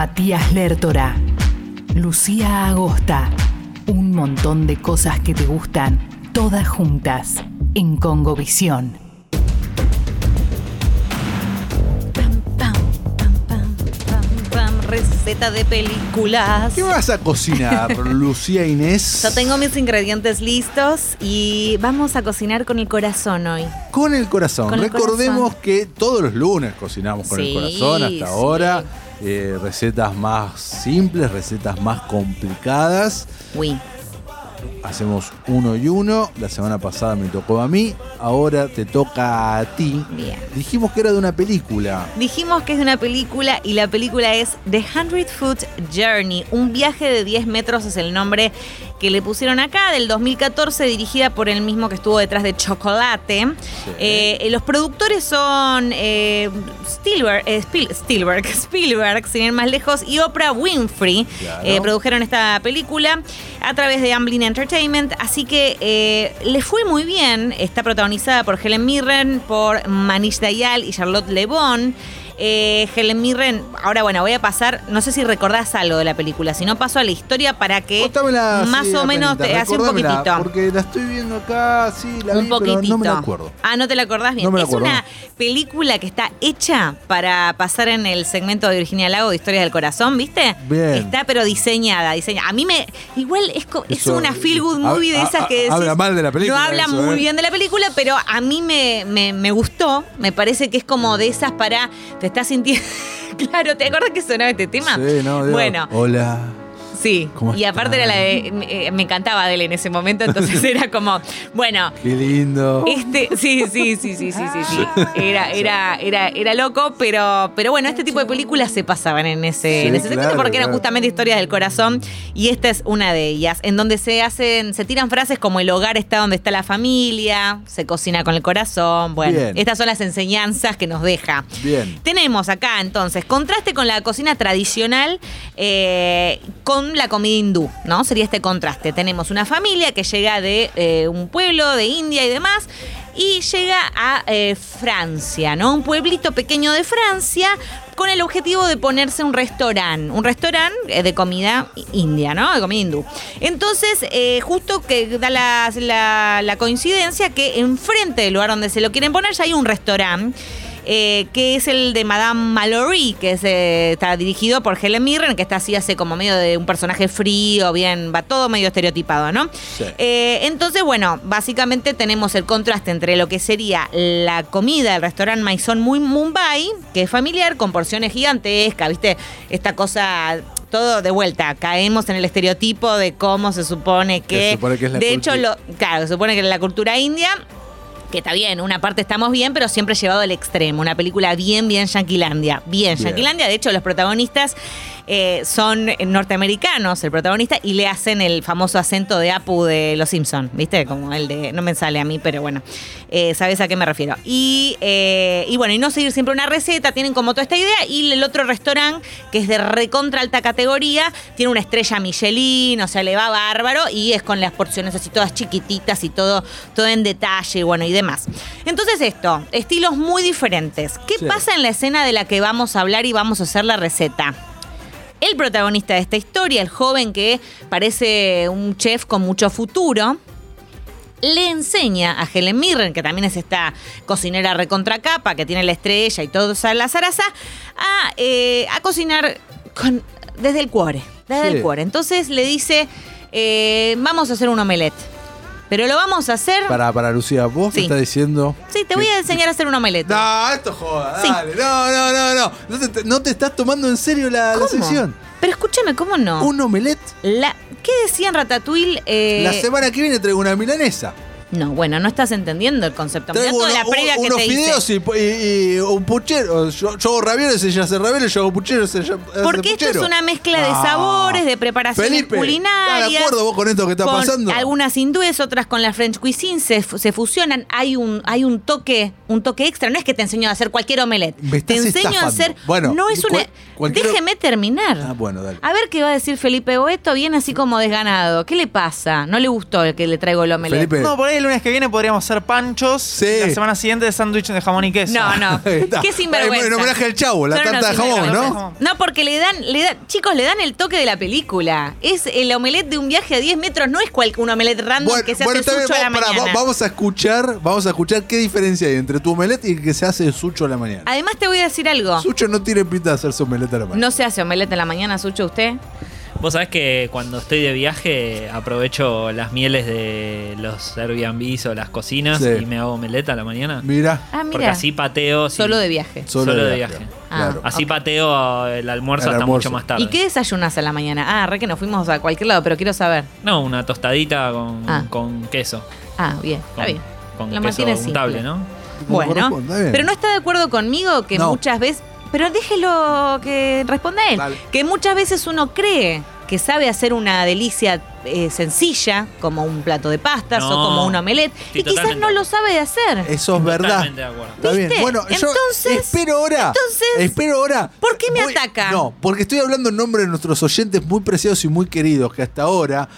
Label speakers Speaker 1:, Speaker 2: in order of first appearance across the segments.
Speaker 1: Matías Lertora, Lucía Agosta, un montón de cosas que te gustan, todas juntas, en Congovisión.
Speaker 2: Pam, pam, pam, pam, pam, pam. Receta de películas.
Speaker 3: ¿Qué vas a cocinar, Lucía Inés?
Speaker 2: Yo tengo mis ingredientes listos y vamos a cocinar con el corazón hoy.
Speaker 3: Con el corazón.
Speaker 2: Con el
Speaker 3: Recordemos
Speaker 2: corazón.
Speaker 3: que todos los lunes cocinamos con el
Speaker 2: Sí,
Speaker 3: corazón hasta
Speaker 2: sí.
Speaker 3: ahora. Eh, recetas más simples, recetas más complicadas.
Speaker 2: Uy,
Speaker 3: Hacemos uno y uno. La semana pasada me tocó a mí. Ahora te toca a ti.
Speaker 2: bien.
Speaker 3: Dijimos que era de una película.
Speaker 2: Dijimos que es de una película y la película es The 100 Foot Journey. Un viaje de 10 metros es el nombre que le pusieron acá, del 2014, dirigida por el mismo que estuvo detrás de Chocolate. Eh, los productores son eh, Spielberg, eh, Spiel- Spielberg, Spielberg, sin ir más lejos, y Oprah Winfrey
Speaker 3: Claro.
Speaker 2: eh, produjeron esta película a través de Amblin Entertainment. Así que eh, le fue muy bien. Está protagonizada por Helen Mirren, por Manish Dayal y Charlotte Le Bon. Eh, Helen Mirren, ahora bueno, voy a pasar, no sé si recordás algo de la película, si no paso a la historia para que
Speaker 3: Contámela
Speaker 2: Eh, más
Speaker 3: así,
Speaker 2: o menos
Speaker 3: apenita,
Speaker 2: te hace un
Speaker 3: recordámela,
Speaker 2: poquitito.
Speaker 3: Porque la estoy viendo acá, sí, la
Speaker 2: un
Speaker 3: vi,
Speaker 2: poquitito.
Speaker 3: pero no me la acuerdo.
Speaker 2: Ah, no te la acordás bien.
Speaker 3: No me la
Speaker 2: es
Speaker 3: acuerdo,
Speaker 2: una película que está hecha para pasar en el segmento de Virginia Lago de Historias del Corazón, ¿viste?
Speaker 3: Bien.
Speaker 2: Está pero diseñada, diseña. A mí me igual es, co- es
Speaker 3: Eso-
Speaker 2: una feel good
Speaker 3: hab-
Speaker 2: movie de
Speaker 3: ha-
Speaker 2: esas que decís,
Speaker 3: ha- habla mal de la película
Speaker 2: No habla
Speaker 3: eso,
Speaker 2: muy
Speaker 3: ¿eh?
Speaker 2: bien de la película, pero a mí me, me- me gustó, me parece que es como de esas para te estás sintiendo Claro, ¿te acuerdas que sonaba este tema?
Speaker 3: Sí, no, digo,
Speaker 2: bueno,
Speaker 3: Hola.
Speaker 2: Sí,
Speaker 3: ¿Cómo
Speaker 2: y aparte era la de,
Speaker 3: están?
Speaker 2: me, eh, me encantaba Adele en ese momento, entonces era como, bueno,
Speaker 3: Qué lindo.
Speaker 2: este, sí, sí, sí, sí, sí, sí, sí. Era, era, era, era loco, pero, pero bueno, este tipo de películas se pasaban en ese,
Speaker 3: Sí,
Speaker 2: en ese sentido
Speaker 3: claro,
Speaker 2: porque eran
Speaker 3: claro.
Speaker 2: justamente historias del corazón y esta es una de ellas, en donde se hacen, se tiran frases como el hogar está donde está la familia, se cocina con el corazón, bueno,
Speaker 3: Bien.
Speaker 2: estas son las enseñanzas que nos deja.
Speaker 3: Bien.
Speaker 2: Tenemos acá entonces contraste con la cocina tradicional eh, con la comida hindú, ¿no? Sería este contraste. Tenemos una familia que llega de eh, un pueblo, de India y demás, y llega a eh, Francia, ¿no? Un pueblito pequeño de Francia con el objetivo de ponerse un restaurante, un restaurante eh, de comida india, ¿no? De comida hindú. Entonces, eh, justo que da la, la- la coincidencia que enfrente del lugar donde se lo quieren poner ya hay un restaurante eh, que es el de Madame Mallory, que es, eh, está dirigido por Helen Mirren, que está así hace como medio de un personaje frío, bien, va todo medio estereotipado, ¿no?
Speaker 3: Sí.
Speaker 2: Eh, entonces, bueno, básicamente tenemos el contraste entre lo que sería la comida del restaurante Maison Mu- Mumbai, que es familiar, con porciones gigantescas, ¿viste? Esta cosa... Todo de vuelta, caemos en el estereotipo de cómo se supone que.
Speaker 3: Se supone que es la
Speaker 2: de hecho, lo,
Speaker 3: cultura.
Speaker 2: claro, se supone que la cultura india que está bien, una parte estamos bien, pero siempre llevado al extremo. Una película bien, bien Yanquilandia. Bien,
Speaker 3: Bien.
Speaker 2: Yanquilandia. De hecho, los protagonistas eh, son norteamericanos, el protagonista, y le hacen el famoso acento de Apu de Los Simpson, ¿viste? Como el de. No me sale a mí, pero bueno. eh, Sabes a qué me refiero. Y, eh, y bueno, y no seguir siempre una receta, tienen como toda esta idea. Y el otro restaurante, que es de recontra alta categoría, tiene una estrella Michelin, o sea, le va bárbaro, y es con las porciones así todas chiquititas y todo, todo en detalle, bueno, y demás. Entonces, esto, estilos muy diferentes. ¿Qué
Speaker 3: Sí.
Speaker 2: pasa en la escena de la que vamos a hablar y vamos a hacer la receta? El protagonista de esta historia, el joven que parece un chef con mucho futuro, le enseña a Helen Mirren, que también es esta cocinera recontracapa, que tiene la estrella y todo esa- la zaraza, a, eh, a cocinar con- desde el cuore. Desde
Speaker 3: Sí.
Speaker 2: el cuore. Entonces le dice, eh, vamos a hacer un omelette. Pero lo vamos a hacer...
Speaker 3: Para, para Lucía, vos
Speaker 2: Sí.
Speaker 3: me estás diciendo.
Speaker 2: Sí, te voy
Speaker 3: que-
Speaker 2: a enseñar a hacer un omelette.
Speaker 3: No, esto es joda,
Speaker 2: Sí.
Speaker 3: dale. No, no, no, no. No te, no te estás tomando en serio la,
Speaker 2: ¿Cómo?
Speaker 3: la sección.
Speaker 2: Pero escúchame, ¿cómo no?
Speaker 3: Un omelette.
Speaker 2: La- ¿Qué decían Ratatouille? Eh,
Speaker 3: la semana que viene traigo una milanesa.
Speaker 2: No, bueno, no estás entendiendo el concepto. Mirá
Speaker 3: Traigo
Speaker 2: toda la
Speaker 3: uno-
Speaker 2: previa
Speaker 3: un-
Speaker 2: que
Speaker 3: unos
Speaker 2: te hice.
Speaker 3: fideos y, eh, y- y un puchero. Yo, yo hago ravioles, ella hace ravioles, yo hago pucheros, ella hace
Speaker 2: Porque esto es
Speaker 3: puchero.
Speaker 2: una mezcla de
Speaker 3: Ah.
Speaker 2: sabores, de preparaciones
Speaker 3: Felipe, ¿estás de
Speaker 2: culinarias.
Speaker 3: acuerdo vos con esto que está
Speaker 2: con
Speaker 3: pasando?
Speaker 2: Algunas hindúes, otras con la French cuisine, se, fu- se fusionan. Hay un, hay un toque, un toque extra. No es que te enseño a hacer cualquier omelette.
Speaker 3: Me
Speaker 2: te
Speaker 3: estás
Speaker 2: enseño a
Speaker 3: estafando.
Speaker 2: hacer.
Speaker 3: Bueno,
Speaker 2: no es una.
Speaker 3: cual- cualquier-
Speaker 2: Déjeme terminar.
Speaker 3: Ah, bueno, dale.
Speaker 2: A ver qué va a decir Felipe Boeto, viene así como desganado. ¿Qué le pasa? No le gustó el que le traigo el omelette.
Speaker 3: Felipe,
Speaker 4: No, por ahí el lunes que viene podríamos hacer panchos.
Speaker 3: Sí.
Speaker 4: La semana siguiente de sándwich de jamón y queso.
Speaker 2: No, no.
Speaker 3: Está.
Speaker 2: Qué sinvergüenza.
Speaker 3: En homenaje al chavo, la tarta de
Speaker 2: sí,
Speaker 3: jamón,
Speaker 2: claro,
Speaker 3: ¿no?
Speaker 2: claro. No, porque le dan, le dan, chicos, le dan el toque de la película. Es el omelette de un viaje a 10 metros, no es cual, un omelette random que se hace
Speaker 3: está bien,
Speaker 2: sucho a la
Speaker 3: vamos- pará,
Speaker 2: mañana.
Speaker 3: va- vamos a escuchar, vamos a escuchar qué diferencia hay entre tu omelette y el que se hace sucho a la mañana.
Speaker 2: Además te voy a decir algo.
Speaker 3: Sucho no tiene pinta de hacerse omelette a la mañana.
Speaker 2: No se hace omelette en la mañana, Sucho, usted.
Speaker 5: Vos sabés que cuando estoy de viaje aprovecho las mieles de los Airbnbs o las cocinas
Speaker 3: Sí.
Speaker 5: y me hago omeleta a la mañana.
Speaker 3: Mira,
Speaker 2: Ah,
Speaker 5: Porque
Speaker 2: mira.
Speaker 5: así pateo. sin-
Speaker 2: Solo de viaje.
Speaker 3: solo,
Speaker 5: Solo
Speaker 3: de
Speaker 5: de
Speaker 3: viaje.
Speaker 5: viaje.
Speaker 2: Ah.
Speaker 3: Claro.
Speaker 5: Así pateo el almuerzo
Speaker 3: El
Speaker 5: hasta
Speaker 3: almuerzo.
Speaker 5: mucho más tarde.
Speaker 2: ¿Y qué desayunas a la mañana? Ah, re que nos fuimos a cualquier lado, pero quiero saber.
Speaker 5: No, una tostadita con,
Speaker 2: Ah.
Speaker 5: con queso.
Speaker 2: Ah, bien, está
Speaker 5: Con,
Speaker 2: bien.
Speaker 5: con
Speaker 2: La
Speaker 5: queso
Speaker 2: Martina es
Speaker 5: untable,
Speaker 2: simple.
Speaker 5: ¿no?
Speaker 3: Como
Speaker 2: Bueno,
Speaker 3: corresponde, está bien.
Speaker 2: pero no está de acuerdo conmigo que
Speaker 3: No.
Speaker 2: muchas veces. Pero déjelo que responda él.
Speaker 3: Dale.
Speaker 2: Que muchas veces uno cree que sabe hacer una delicia eh, sencilla, como un plato de pastas o
Speaker 5: No.
Speaker 2: como un omelette,
Speaker 5: Sí,
Speaker 2: y quizás
Speaker 5: totalmente.
Speaker 2: no lo sabe de hacer.
Speaker 3: Eso es verdad.
Speaker 5: Totalmente de acuerdo.
Speaker 3: Está bien.
Speaker 2: ¿Viste?
Speaker 3: Bueno, yo
Speaker 2: Entonces-
Speaker 3: espero ahora.
Speaker 2: entonces-
Speaker 3: espero ahora.
Speaker 2: ¿Por qué me ataca?
Speaker 3: No, porque estoy hablando en nombre de nuestros oyentes muy preciosos y muy queridos que hasta ahora,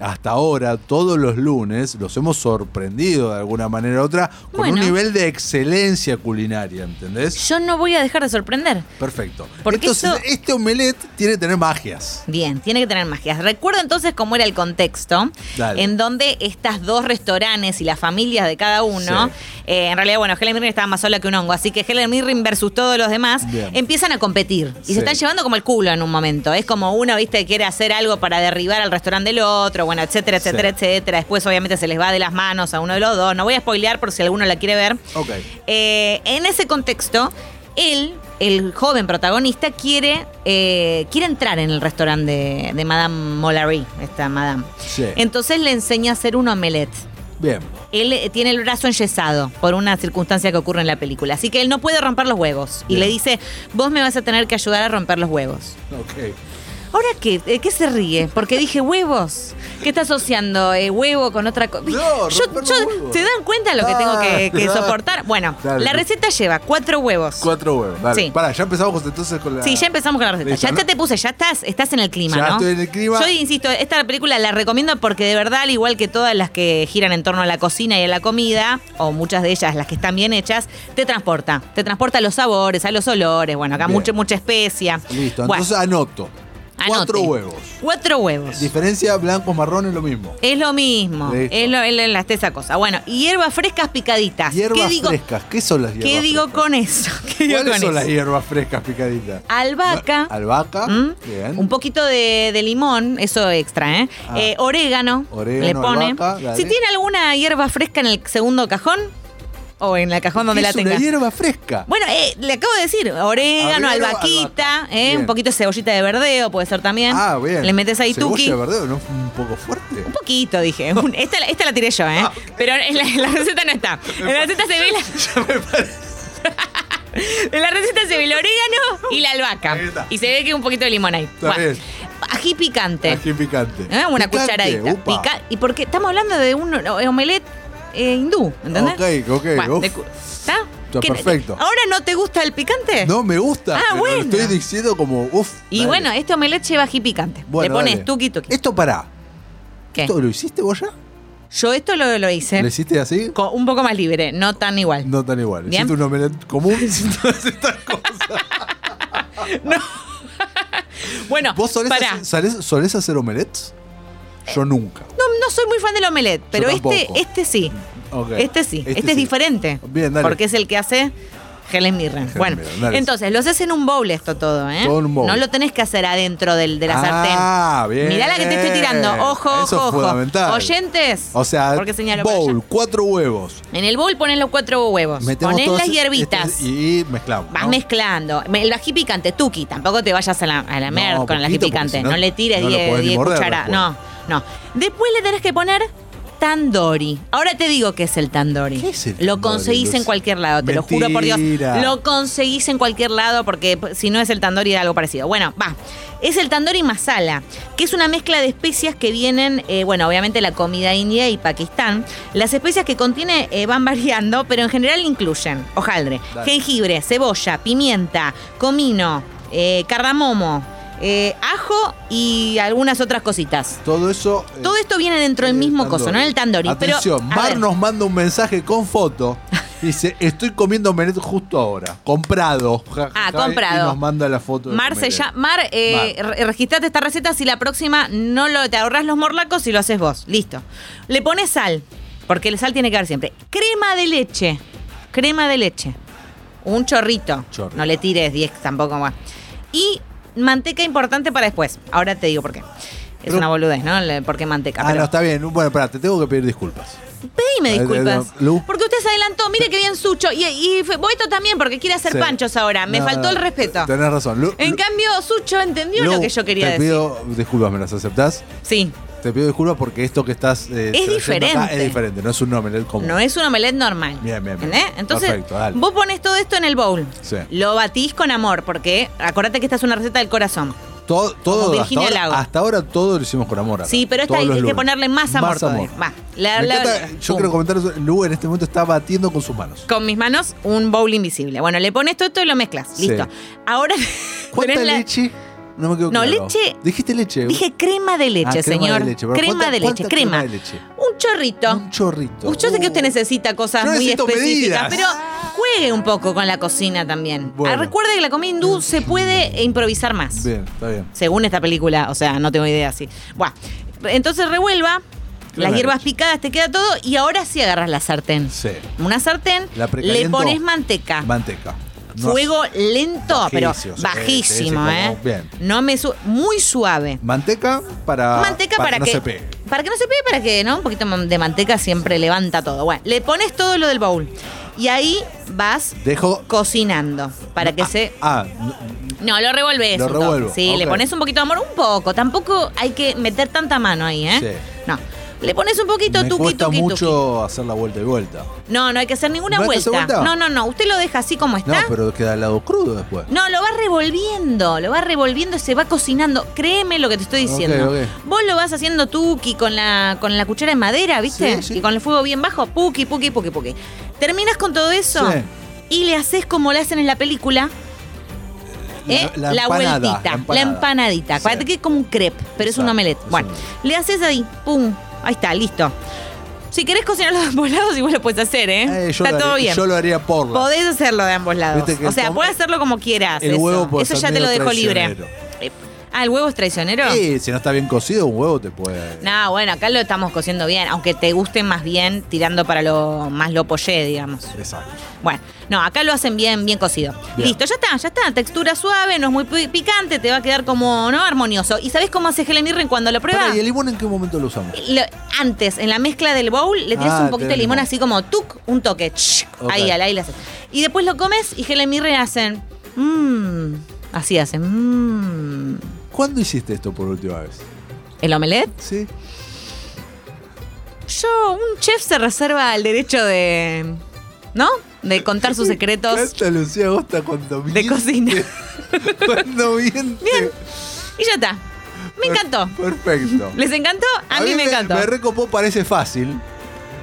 Speaker 3: hasta ahora, todos los lunes, los hemos sorprendido de alguna manera u otra con un
Speaker 2: Bueno.
Speaker 3: nivel de excelencia culinaria, ¿entendés?
Speaker 2: Yo no voy a dejar de sorprender.
Speaker 3: Perfecto.
Speaker 2: Porque
Speaker 3: Entonces,
Speaker 2: eso-
Speaker 3: este omelette tiene que tener magias.
Speaker 2: Bien, tiene que tener magia. Recuerdo entonces cómo era el contexto,
Speaker 3: Dale.
Speaker 2: en donde estas dos restaurantes y las familias de cada uno, eh, en realidad, bueno, Helen Mirren estaba más sola que un hongo, así que Helen Mirren versus todos los demás
Speaker 3: Bien.
Speaker 2: empiezan a competir y
Speaker 3: Sí.
Speaker 2: se están llevando como el culo en un momento. Es como uno, viste, quiere hacer algo para derribar al restaurante del otro, bueno, etcétera,
Speaker 3: Sí.
Speaker 2: etcétera, etcétera. Después, obviamente, se les va de las manos a uno de los dos. No voy a spoilear por si alguno la quiere ver.
Speaker 3: Ok.
Speaker 2: Eh, en ese contexto, él, el joven protagonista, quiere, eh, quiere entrar en el restaurante de, de Madame Molary, esta Madame.
Speaker 3: Sí.
Speaker 2: Entonces le enseña a hacer un omelette.
Speaker 3: Bien.
Speaker 2: Él eh, tiene el brazo enyesado por una circunstancia que ocurre en la película. Así que él no puede romper los huevos. Y
Speaker 3: Bien.
Speaker 2: le dice, vos me vas a tener que ayudar a romper los huevos.
Speaker 3: Ok.
Speaker 2: ¿Ahora qué? ¿De qué se ríe? Porque dije huevos. ¿Qué está asociando eh, huevo con otra cosa?
Speaker 3: No, romper los huevos.
Speaker 2: ¿Se dan cuenta lo que tengo que, que
Speaker 3: Ah,
Speaker 2: soportar? Bueno,
Speaker 3: Dale.
Speaker 2: la receta lleva cuatro huevos.
Speaker 3: Cuatro huevos. Dale.
Speaker 2: Sí.
Speaker 3: Pará, ya empezamos entonces con la.
Speaker 2: Sí, ya empezamos con la receta.
Speaker 3: Listo,
Speaker 2: ya
Speaker 3: ¿no?
Speaker 2: te, te puse, ya estás, estás en el clima,
Speaker 3: Ya
Speaker 2: ¿no?
Speaker 3: estoy en el clima.
Speaker 2: Yo insisto, esta película la recomiendo porque de verdad, al igual que todas las que giran en torno a la cocina y a la comida, o muchas de ellas las que están bien hechas, te transporta. Te transporta a los sabores, a los olores, bueno, acá
Speaker 3: Bien.
Speaker 2: mucha, mucha especia.
Speaker 3: Listo,
Speaker 2: Bueno,
Speaker 3: entonces anoto. Cuatro
Speaker 2: anote.
Speaker 3: huevos.
Speaker 2: Cuatro huevos.
Speaker 3: Diferencia blancos, marrones, lo mismo.
Speaker 2: Es lo mismo.
Speaker 3: Listo.
Speaker 2: Es lo, es la- es esa cosa. Bueno, y hierbas frescas picaditas.
Speaker 3: Hierbas
Speaker 2: ¿Qué digo,
Speaker 3: frescas. ¿Qué son las hierbas
Speaker 2: ¿qué digo
Speaker 3: frescas?
Speaker 2: con eso? ¿Qué digo
Speaker 3: ¿Cuáles
Speaker 2: con
Speaker 3: son las
Speaker 2: eso?
Speaker 3: hierbas frescas picaditas?
Speaker 2: Albahaca.
Speaker 3: No, albahaca.
Speaker 2: ¿Mm?
Speaker 3: Bien.
Speaker 2: Un poquito de, de limón, eso extra, ¿eh?
Speaker 3: Ah.
Speaker 2: Eh, orégano,
Speaker 3: Orégano,
Speaker 2: le pone.
Speaker 3: albahaca, dale.
Speaker 2: si tiene alguna hierba fresca en el segundo cajón o en el cajón donde
Speaker 3: ¿Qué
Speaker 2: la
Speaker 3: es
Speaker 2: tenga.
Speaker 3: Una hierba fresca.
Speaker 2: Bueno, eh, le acabo de decir, orégano,
Speaker 3: Orégano,
Speaker 2: albaquita,
Speaker 3: albahaca.
Speaker 2: eh,
Speaker 3: Bien.
Speaker 2: un poquito de cebollita de verdeo puede ser también.
Speaker 3: ah, bien.
Speaker 2: Le metes ahí
Speaker 3: Cebolla
Speaker 2: tuki.
Speaker 3: de verdeo, ¿no? Un poco fuerte.
Speaker 2: Un poquito, dije. Un- Esta, la- esta la tiré yo, ¿eh?
Speaker 3: Ah,
Speaker 2: Pero en la, en la receta no está. En la receta se ve la... En la receta se ve el orégano y la albahaca.
Speaker 3: Ahí está.
Speaker 2: Y se ve que un poquito de limón ahí.
Speaker 3: Está bien.
Speaker 2: Ají picante.
Speaker 3: Ají picante.
Speaker 2: ¿eh? Una
Speaker 3: Picante,
Speaker 2: cucharadita.
Speaker 3: upa.
Speaker 2: Pica- y porque estamos hablando de un omelette eh, hindú, ¿entendés?
Speaker 3: Ok, ok,
Speaker 2: Bueno,
Speaker 3: uf.
Speaker 2: de cu- ¿Está?
Speaker 3: Está
Speaker 2: ¿Qué-
Speaker 3: perfecto.
Speaker 2: ¿Ahora no te gusta el picante?
Speaker 3: No, me gusta.
Speaker 2: Ah,
Speaker 3: pero
Speaker 2: bueno.
Speaker 3: Estoy diciendo como, uff.
Speaker 2: Y bueno, este omelette lleva ají picante. Le pones tuqui tuqui.
Speaker 3: Esto pará.
Speaker 2: ¿Qué?
Speaker 3: ¿Esto lo hiciste vos ya?
Speaker 2: Yo esto lo, lo hice.
Speaker 3: ¿Lo hiciste así?
Speaker 2: co- un poco más libre, no tan igual.
Speaker 3: No tan igual.
Speaker 2: Bien.
Speaker 3: Hiciste un omelette común. Estas cosas.
Speaker 2: Bueno,
Speaker 3: ¿Vos solés,
Speaker 2: pará. Eh.
Speaker 3: hacer- solés- solés hacer omelets? Yo nunca.
Speaker 2: No, no soy muy fan del omelette, pero este,
Speaker 3: tampoco.
Speaker 2: este sí.
Speaker 3: Ok.
Speaker 2: Este sí. Este, es
Speaker 3: sí.
Speaker 2: diferente.
Speaker 3: Bien, dale.
Speaker 2: Porque es el que hace Helen Mirren. bueno,
Speaker 3: Mirren, dale.
Speaker 2: entonces, lo haces en un bowl esto todo, ¿eh?
Speaker 3: Todo en un bowl.
Speaker 2: No lo tenés que hacer adentro del, de la sartén.
Speaker 3: Ah, bien.
Speaker 2: Mirá la que te estoy tirando. Ojo, ojo,
Speaker 3: Eso es
Speaker 2: ojo.
Speaker 3: fundamental.
Speaker 2: Oyentes.
Speaker 3: O sea,
Speaker 2: porque señalo para
Speaker 3: bowl,
Speaker 2: allá.
Speaker 3: cuatro huevos.
Speaker 2: En el bowl pones los cuatro huevos.
Speaker 3: Metemos
Speaker 2: Ponés las
Speaker 3: todas estas-
Speaker 2: hierbitas.
Speaker 3: y mezclamos.
Speaker 2: Vas
Speaker 3: ¿no?
Speaker 2: mezclando. El ají picante, tuki, tampoco te vayas a la, a la
Speaker 3: No,
Speaker 2: mer con el ají
Speaker 3: poquito, porque
Speaker 2: picante.
Speaker 3: si no,
Speaker 2: no le tires
Speaker 3: no lo
Speaker 2: 10
Speaker 3: podés ni
Speaker 2: 10
Speaker 3: morder
Speaker 2: cucharadas.
Speaker 3: después.
Speaker 2: No, no. Después le tenés que poner tandori. Ahora te digo qué es el tandori.
Speaker 3: ¿Qué es el
Speaker 2: lo
Speaker 3: tandoori,
Speaker 2: conseguís en
Speaker 3: Lucy?
Speaker 2: cualquier lado, te lo juro por Dios.
Speaker 3: Mentira.
Speaker 2: Lo conseguís en cualquier lado porque p- si no es el tandori es algo parecido. Bueno, va. Es el tandori masala, que es una mezcla de especias que vienen, eh, bueno, obviamente la comida india y Pakistán. Las especias que contiene eh, van variando, pero en general incluyen hojaldre,
Speaker 3: Dale.
Speaker 2: jengibre, cebolla, pimienta, comino, eh, cardamomo, eh, ajo y algunas otras cositas.
Speaker 3: Todo eso. eh,
Speaker 2: Todo esto viene dentro del
Speaker 3: en el
Speaker 2: mismo coso, no en el tandoori.
Speaker 3: Atención,
Speaker 2: pero, a
Speaker 3: Mar
Speaker 2: ver.
Speaker 3: nos manda un mensaje con foto. Dice, estoy comiendo omelette justo ahora. Comprado. Ja, ja,
Speaker 2: Ah,
Speaker 3: ja,
Speaker 2: comprado.
Speaker 3: Y nos manda la foto. del
Speaker 2: Mar, se
Speaker 3: omelette.
Speaker 2: llama- Mar, eh, re- registrate esta receta si la próxima no lo te ahorras los morlacos y lo haces vos. Listo. Le pones sal, porque el sal tiene que haber siempre. Crema de leche. Crema de leche. Un chorrito.
Speaker 3: Chorrito.
Speaker 2: No le tires 10 tampoco más. Y manteca importante para después. Ahora te digo por qué. Es
Speaker 3: Pero-
Speaker 2: una boludez, ¿no? Le- ¿Por qué manteca?
Speaker 3: Ah,
Speaker 2: Pero-
Speaker 3: no, está bien. Bueno, pará, te tengo que pedir disculpas.
Speaker 2: Pedime
Speaker 3: Eh, eh,
Speaker 2: disculpas.
Speaker 3: no, Lu.
Speaker 2: Porque usted se adelantó. Mire qué bien Sucho. Y, y fue- Boeto también, porque quiere hacer
Speaker 3: Sí.
Speaker 2: panchos ahora. Me
Speaker 3: No,
Speaker 2: faltó el
Speaker 3: no,
Speaker 2: respeto.
Speaker 3: Tenés razón. Lu-
Speaker 2: En
Speaker 3: Lu-
Speaker 2: cambio, Sucho entendió
Speaker 3: Lu,
Speaker 2: lo que yo quería
Speaker 3: te
Speaker 2: decir.
Speaker 3: pido disculpas, ¿me las aceptás?
Speaker 2: Sí,
Speaker 3: Te pido disculpas porque esto que estás. eh, trayendo acá
Speaker 2: diferente.
Speaker 3: es diferente, no es un omelette común.
Speaker 2: no es un omelette normal.
Speaker 3: Bien, bien, bien.
Speaker 2: ¿Entendés? Entonces,
Speaker 3: Perfecto, dale.
Speaker 2: vos pones todo esto en el bowl.
Speaker 3: Sí.
Speaker 2: Lo batís con amor, porque acordate que esta es una receta del corazón.
Speaker 3: Todo, todo
Speaker 2: Como
Speaker 3: hasta,
Speaker 2: Virginia Lago.
Speaker 3: ahora, hasta ahora todo lo hicimos con amor. acá,
Speaker 2: Sí, pero esta
Speaker 3: todos
Speaker 2: hay,
Speaker 3: los
Speaker 2: hay que
Speaker 3: lunes.
Speaker 2: ponerle más amor. todavía. Va. La-
Speaker 3: Me
Speaker 2: la-
Speaker 3: encanta, yo
Speaker 2: pum.
Speaker 3: quiero comentar eso. Lu en este momento está batiendo con sus manos.
Speaker 2: Con mis manos, un bowl invisible. Bueno, le pones todo esto y lo mezclas.
Speaker 3: Sí.
Speaker 2: Listo. Ahora.
Speaker 3: ¿Cuánta
Speaker 2: tenés la-
Speaker 3: leche? No me quedo
Speaker 2: No,
Speaker 3: claro.
Speaker 2: leche-
Speaker 3: Dijiste leche.
Speaker 2: Dije crema de leche,
Speaker 3: Ah, crema
Speaker 2: señor.
Speaker 3: de leche, pero
Speaker 2: crema
Speaker 3: ¿cuánta-
Speaker 2: de leche,
Speaker 3: cuánta
Speaker 2: crema.
Speaker 3: crema de leche?
Speaker 2: Un chorrito.
Speaker 3: Un chorrito.
Speaker 2: Yo sé que usted
Speaker 3: Uh.
Speaker 2: necesita cosas
Speaker 3: Yo
Speaker 2: muy
Speaker 3: necesito
Speaker 2: específicas,
Speaker 3: medidas.
Speaker 2: pero juegue un poco con la cocina también.
Speaker 3: Bueno.
Speaker 2: Ah, Recuerde que la comida hindú se puede improvisar más.
Speaker 3: Bien, está bien.
Speaker 2: Según esta película, o sea, no tengo idea así. Buah. Entonces revuelva,
Speaker 3: Claro.
Speaker 2: las hierbas picadas, te queda todo y ahora sí agarras la sartén.
Speaker 3: Sí.
Speaker 2: Una sartén,
Speaker 3: La
Speaker 2: le
Speaker 3: precaliento.
Speaker 2: pones manteca.
Speaker 3: Manteca. No
Speaker 2: Fuego lento,
Speaker 3: Bajísimo,
Speaker 2: pero
Speaker 3: sí,
Speaker 2: bajísimo,
Speaker 3: sí, sí,
Speaker 2: ¿eh?
Speaker 3: como- bien.
Speaker 2: No me su- muy suave.
Speaker 3: hace- Manteca Ah, para.
Speaker 2: Manteca para,
Speaker 3: que.
Speaker 2: que,
Speaker 3: No se pegue.
Speaker 2: Para que no se pegue, para que, ¿no? Un poquito de manteca siempre levanta todo. Bueno, le pones todo lo del bowl. Y ahí vas
Speaker 3: Dejo.
Speaker 2: cocinando para que
Speaker 3: Ah,
Speaker 2: se.
Speaker 3: Ah, no-
Speaker 2: No, lo revolves.
Speaker 3: Lo
Speaker 2: un toque.
Speaker 3: revuelvo,
Speaker 2: Sí, le
Speaker 3: ok.
Speaker 2: pones un poquito de amor, un poco. Tampoco hay que meter tanta mano ahí, ¿eh?
Speaker 3: Sí.
Speaker 2: No. Le pones un poquito,
Speaker 3: me
Speaker 2: tuqui,
Speaker 3: cuesta
Speaker 2: tuqui,
Speaker 3: mucho
Speaker 2: tuqui.
Speaker 3: hacer la vuelta y vuelta.
Speaker 2: No, no hay que hacer ninguna
Speaker 3: ¿No hay que
Speaker 2: vuelta.
Speaker 3: hacer vuelta?
Speaker 2: No, no, no. Usted lo deja así como
Speaker 3: No,
Speaker 2: está.
Speaker 3: pero queda al lado crudo después.
Speaker 2: No, lo vas revolviendo, lo vas revolviendo, se va cocinando. Créeme lo que te estoy diciendo.
Speaker 3: Ok, ok.
Speaker 2: Vos lo vas haciendo tuki con la, con la cuchara de madera, ¿viste?
Speaker 3: Sí, sí.
Speaker 2: Y con el fuego bien bajo, puki, puki, puki, puki. Terminas con todo eso
Speaker 3: Sí.
Speaker 2: y le haces como le hacen en la película, ¿eh? la,
Speaker 3: empanada,
Speaker 2: vueltita, la,
Speaker 3: empanada.
Speaker 2: empanadita.
Speaker 3: Sí. Eh,
Speaker 2: Parece que es como un crepe, pero es un
Speaker 3: Exacto,
Speaker 2: omelette.
Speaker 3: es un
Speaker 2: Bueno,
Speaker 3: omelette.
Speaker 2: le haces ahí, pum, ahí está, listo. Si querés cocinar los ambos lados, igual lo puedes hacer, ¿eh?
Speaker 3: Eh, yo
Speaker 2: está
Speaker 3: lo
Speaker 2: todo
Speaker 3: haría-
Speaker 2: bien.
Speaker 3: Yo lo haría por la.
Speaker 2: Podés hacerlo de ambos lados.
Speaker 3: Viste que
Speaker 2: O sea,
Speaker 3: como-
Speaker 2: podés hacerlo como quieras.
Speaker 3: el
Speaker 2: eso.
Speaker 3: huevo puede
Speaker 2: Eso
Speaker 3: ser
Speaker 2: ya te
Speaker 3: medio
Speaker 2: lo dejo libre.
Speaker 3: traicionero.
Speaker 2: Eh, Ah, ¿el huevo es traicionero?
Speaker 3: Sí, si no está bien cocido, un huevo te puede.
Speaker 2: No, bueno, acá lo estamos cociendo bien, aunque te guste más bien tirando para lo más lo pollé, digamos.
Speaker 3: Exacto.
Speaker 2: Bueno, no, acá lo hacen bien, bien cocido.
Speaker 3: Bien.
Speaker 2: Listo, ya está, ya está. Textura suave, no es muy pi- picante, te va a quedar como, ¿no? Armonioso. ¿Y sabés cómo hace Helen Mirren cuando lo prueba?
Speaker 3: Pará, ¿Y el limón en qué momento lo usamos?
Speaker 2: Lo- antes, en la mezcla del bowl, le tiras
Speaker 3: Ah,
Speaker 2: un poquito de
Speaker 3: tenés
Speaker 2: limón,
Speaker 3: limón.
Speaker 2: así como tuc, un toque. ch,
Speaker 3: Ok.
Speaker 2: Ahí, al aire haces. Y después lo comes y Helen Mirren hacen. Mmm. Así hacen. Mmm.
Speaker 3: ¿Cuándo hiciste esto por última vez?
Speaker 2: El omelette.
Speaker 3: Sí.
Speaker 2: Yo, un chef se reserva el derecho de. ¿No? De contar sus secretos.
Speaker 3: Canta Lucía Agosta cuando miente.
Speaker 2: cocina.
Speaker 3: cuando miente.
Speaker 2: Bien. Y ya está. Me encantó.
Speaker 3: Perfecto.
Speaker 2: ¿Les encantó? A, mí, me encantó.
Speaker 3: Me, recopó, parece fácil.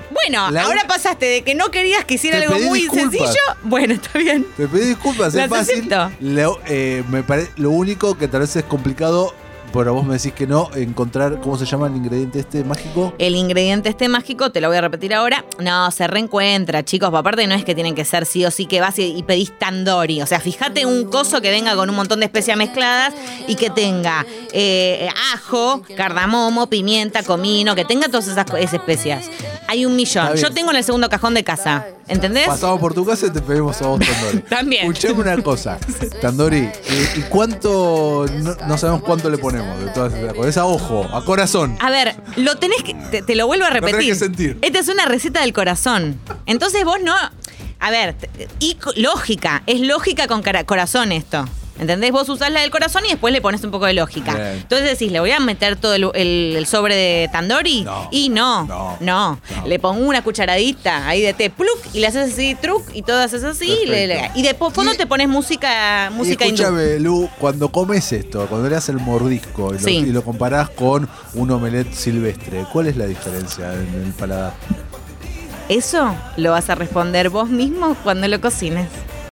Speaker 2: bueno,
Speaker 3: La-
Speaker 2: ahora pasaste de que no querías que hiciera
Speaker 3: Te
Speaker 2: algo
Speaker 3: pedí
Speaker 2: muy
Speaker 3: disculpas.
Speaker 2: sencillo. Bueno, está bien.
Speaker 3: Te pedí disculpas, es
Speaker 2: Las
Speaker 3: fácil.
Speaker 2: acepto.
Speaker 3: Lo, eh, me pare- lo único que tal vez es complicado, pero vos me decís que no, encontrar, ¿cómo se llama el ingrediente este mágico?
Speaker 2: El ingrediente este mágico, te lo voy a repetir ahora, no, se reencuentra, chicos. Aparte no es que tienen que ser sí o sí que vas y, y pedís tandoori. O sea, fíjate un coso que venga con un montón de especias mezcladas y que tenga eh, ajo, cardamomo, pimienta, comino, que tenga todas esas, co- esas especias. Hay un millón.
Speaker 3: Está bien.
Speaker 2: Yo tengo en el segundo cajón de casa, ¿entendés?
Speaker 3: Pasamos por tu casa y te pedimos a vos, Tandori.
Speaker 2: También.
Speaker 3: Escuchame una cosa, Tandori. eh, ¿Y, y cuánto? No, no sabemos cuánto le ponemos de todas esas cosas. Es a ojo, a corazón.
Speaker 2: A ver, lo tenés que. Te, te lo vuelvo a
Speaker 3: tenés
Speaker 2: repetir.
Speaker 3: que sentir.
Speaker 2: Esta es una receta del corazón. Entonces vos no. A ver, t- y co- lógica. Es lógica con cara- corazón esto. ¿Entendés? Vos usás la del corazón y después le pones un poco de lógica.
Speaker 3: Bien.
Speaker 2: Entonces decís, ¿le voy a meter todo el, el- el sobre de Tandori?
Speaker 3: No.
Speaker 2: Y no, no,
Speaker 3: No. No.
Speaker 2: Le pongo una cucharadita ahí de té, pluk, y le haces así, truc, y todo haces así. y le-
Speaker 3: Perfecto.
Speaker 2: y después, fondo
Speaker 3: Y-
Speaker 2: te pones música, música
Speaker 3: y
Speaker 2: hindú.
Speaker 3: escúchame, Lu, cuando comes esto, cuando le das el mordisco y lo,
Speaker 2: Sí.
Speaker 3: y lo comparás con un omelette silvestre, ¿cuál es la diferencia en el paladar?
Speaker 2: Eso lo vas a responder vos mismo cuando lo cocines.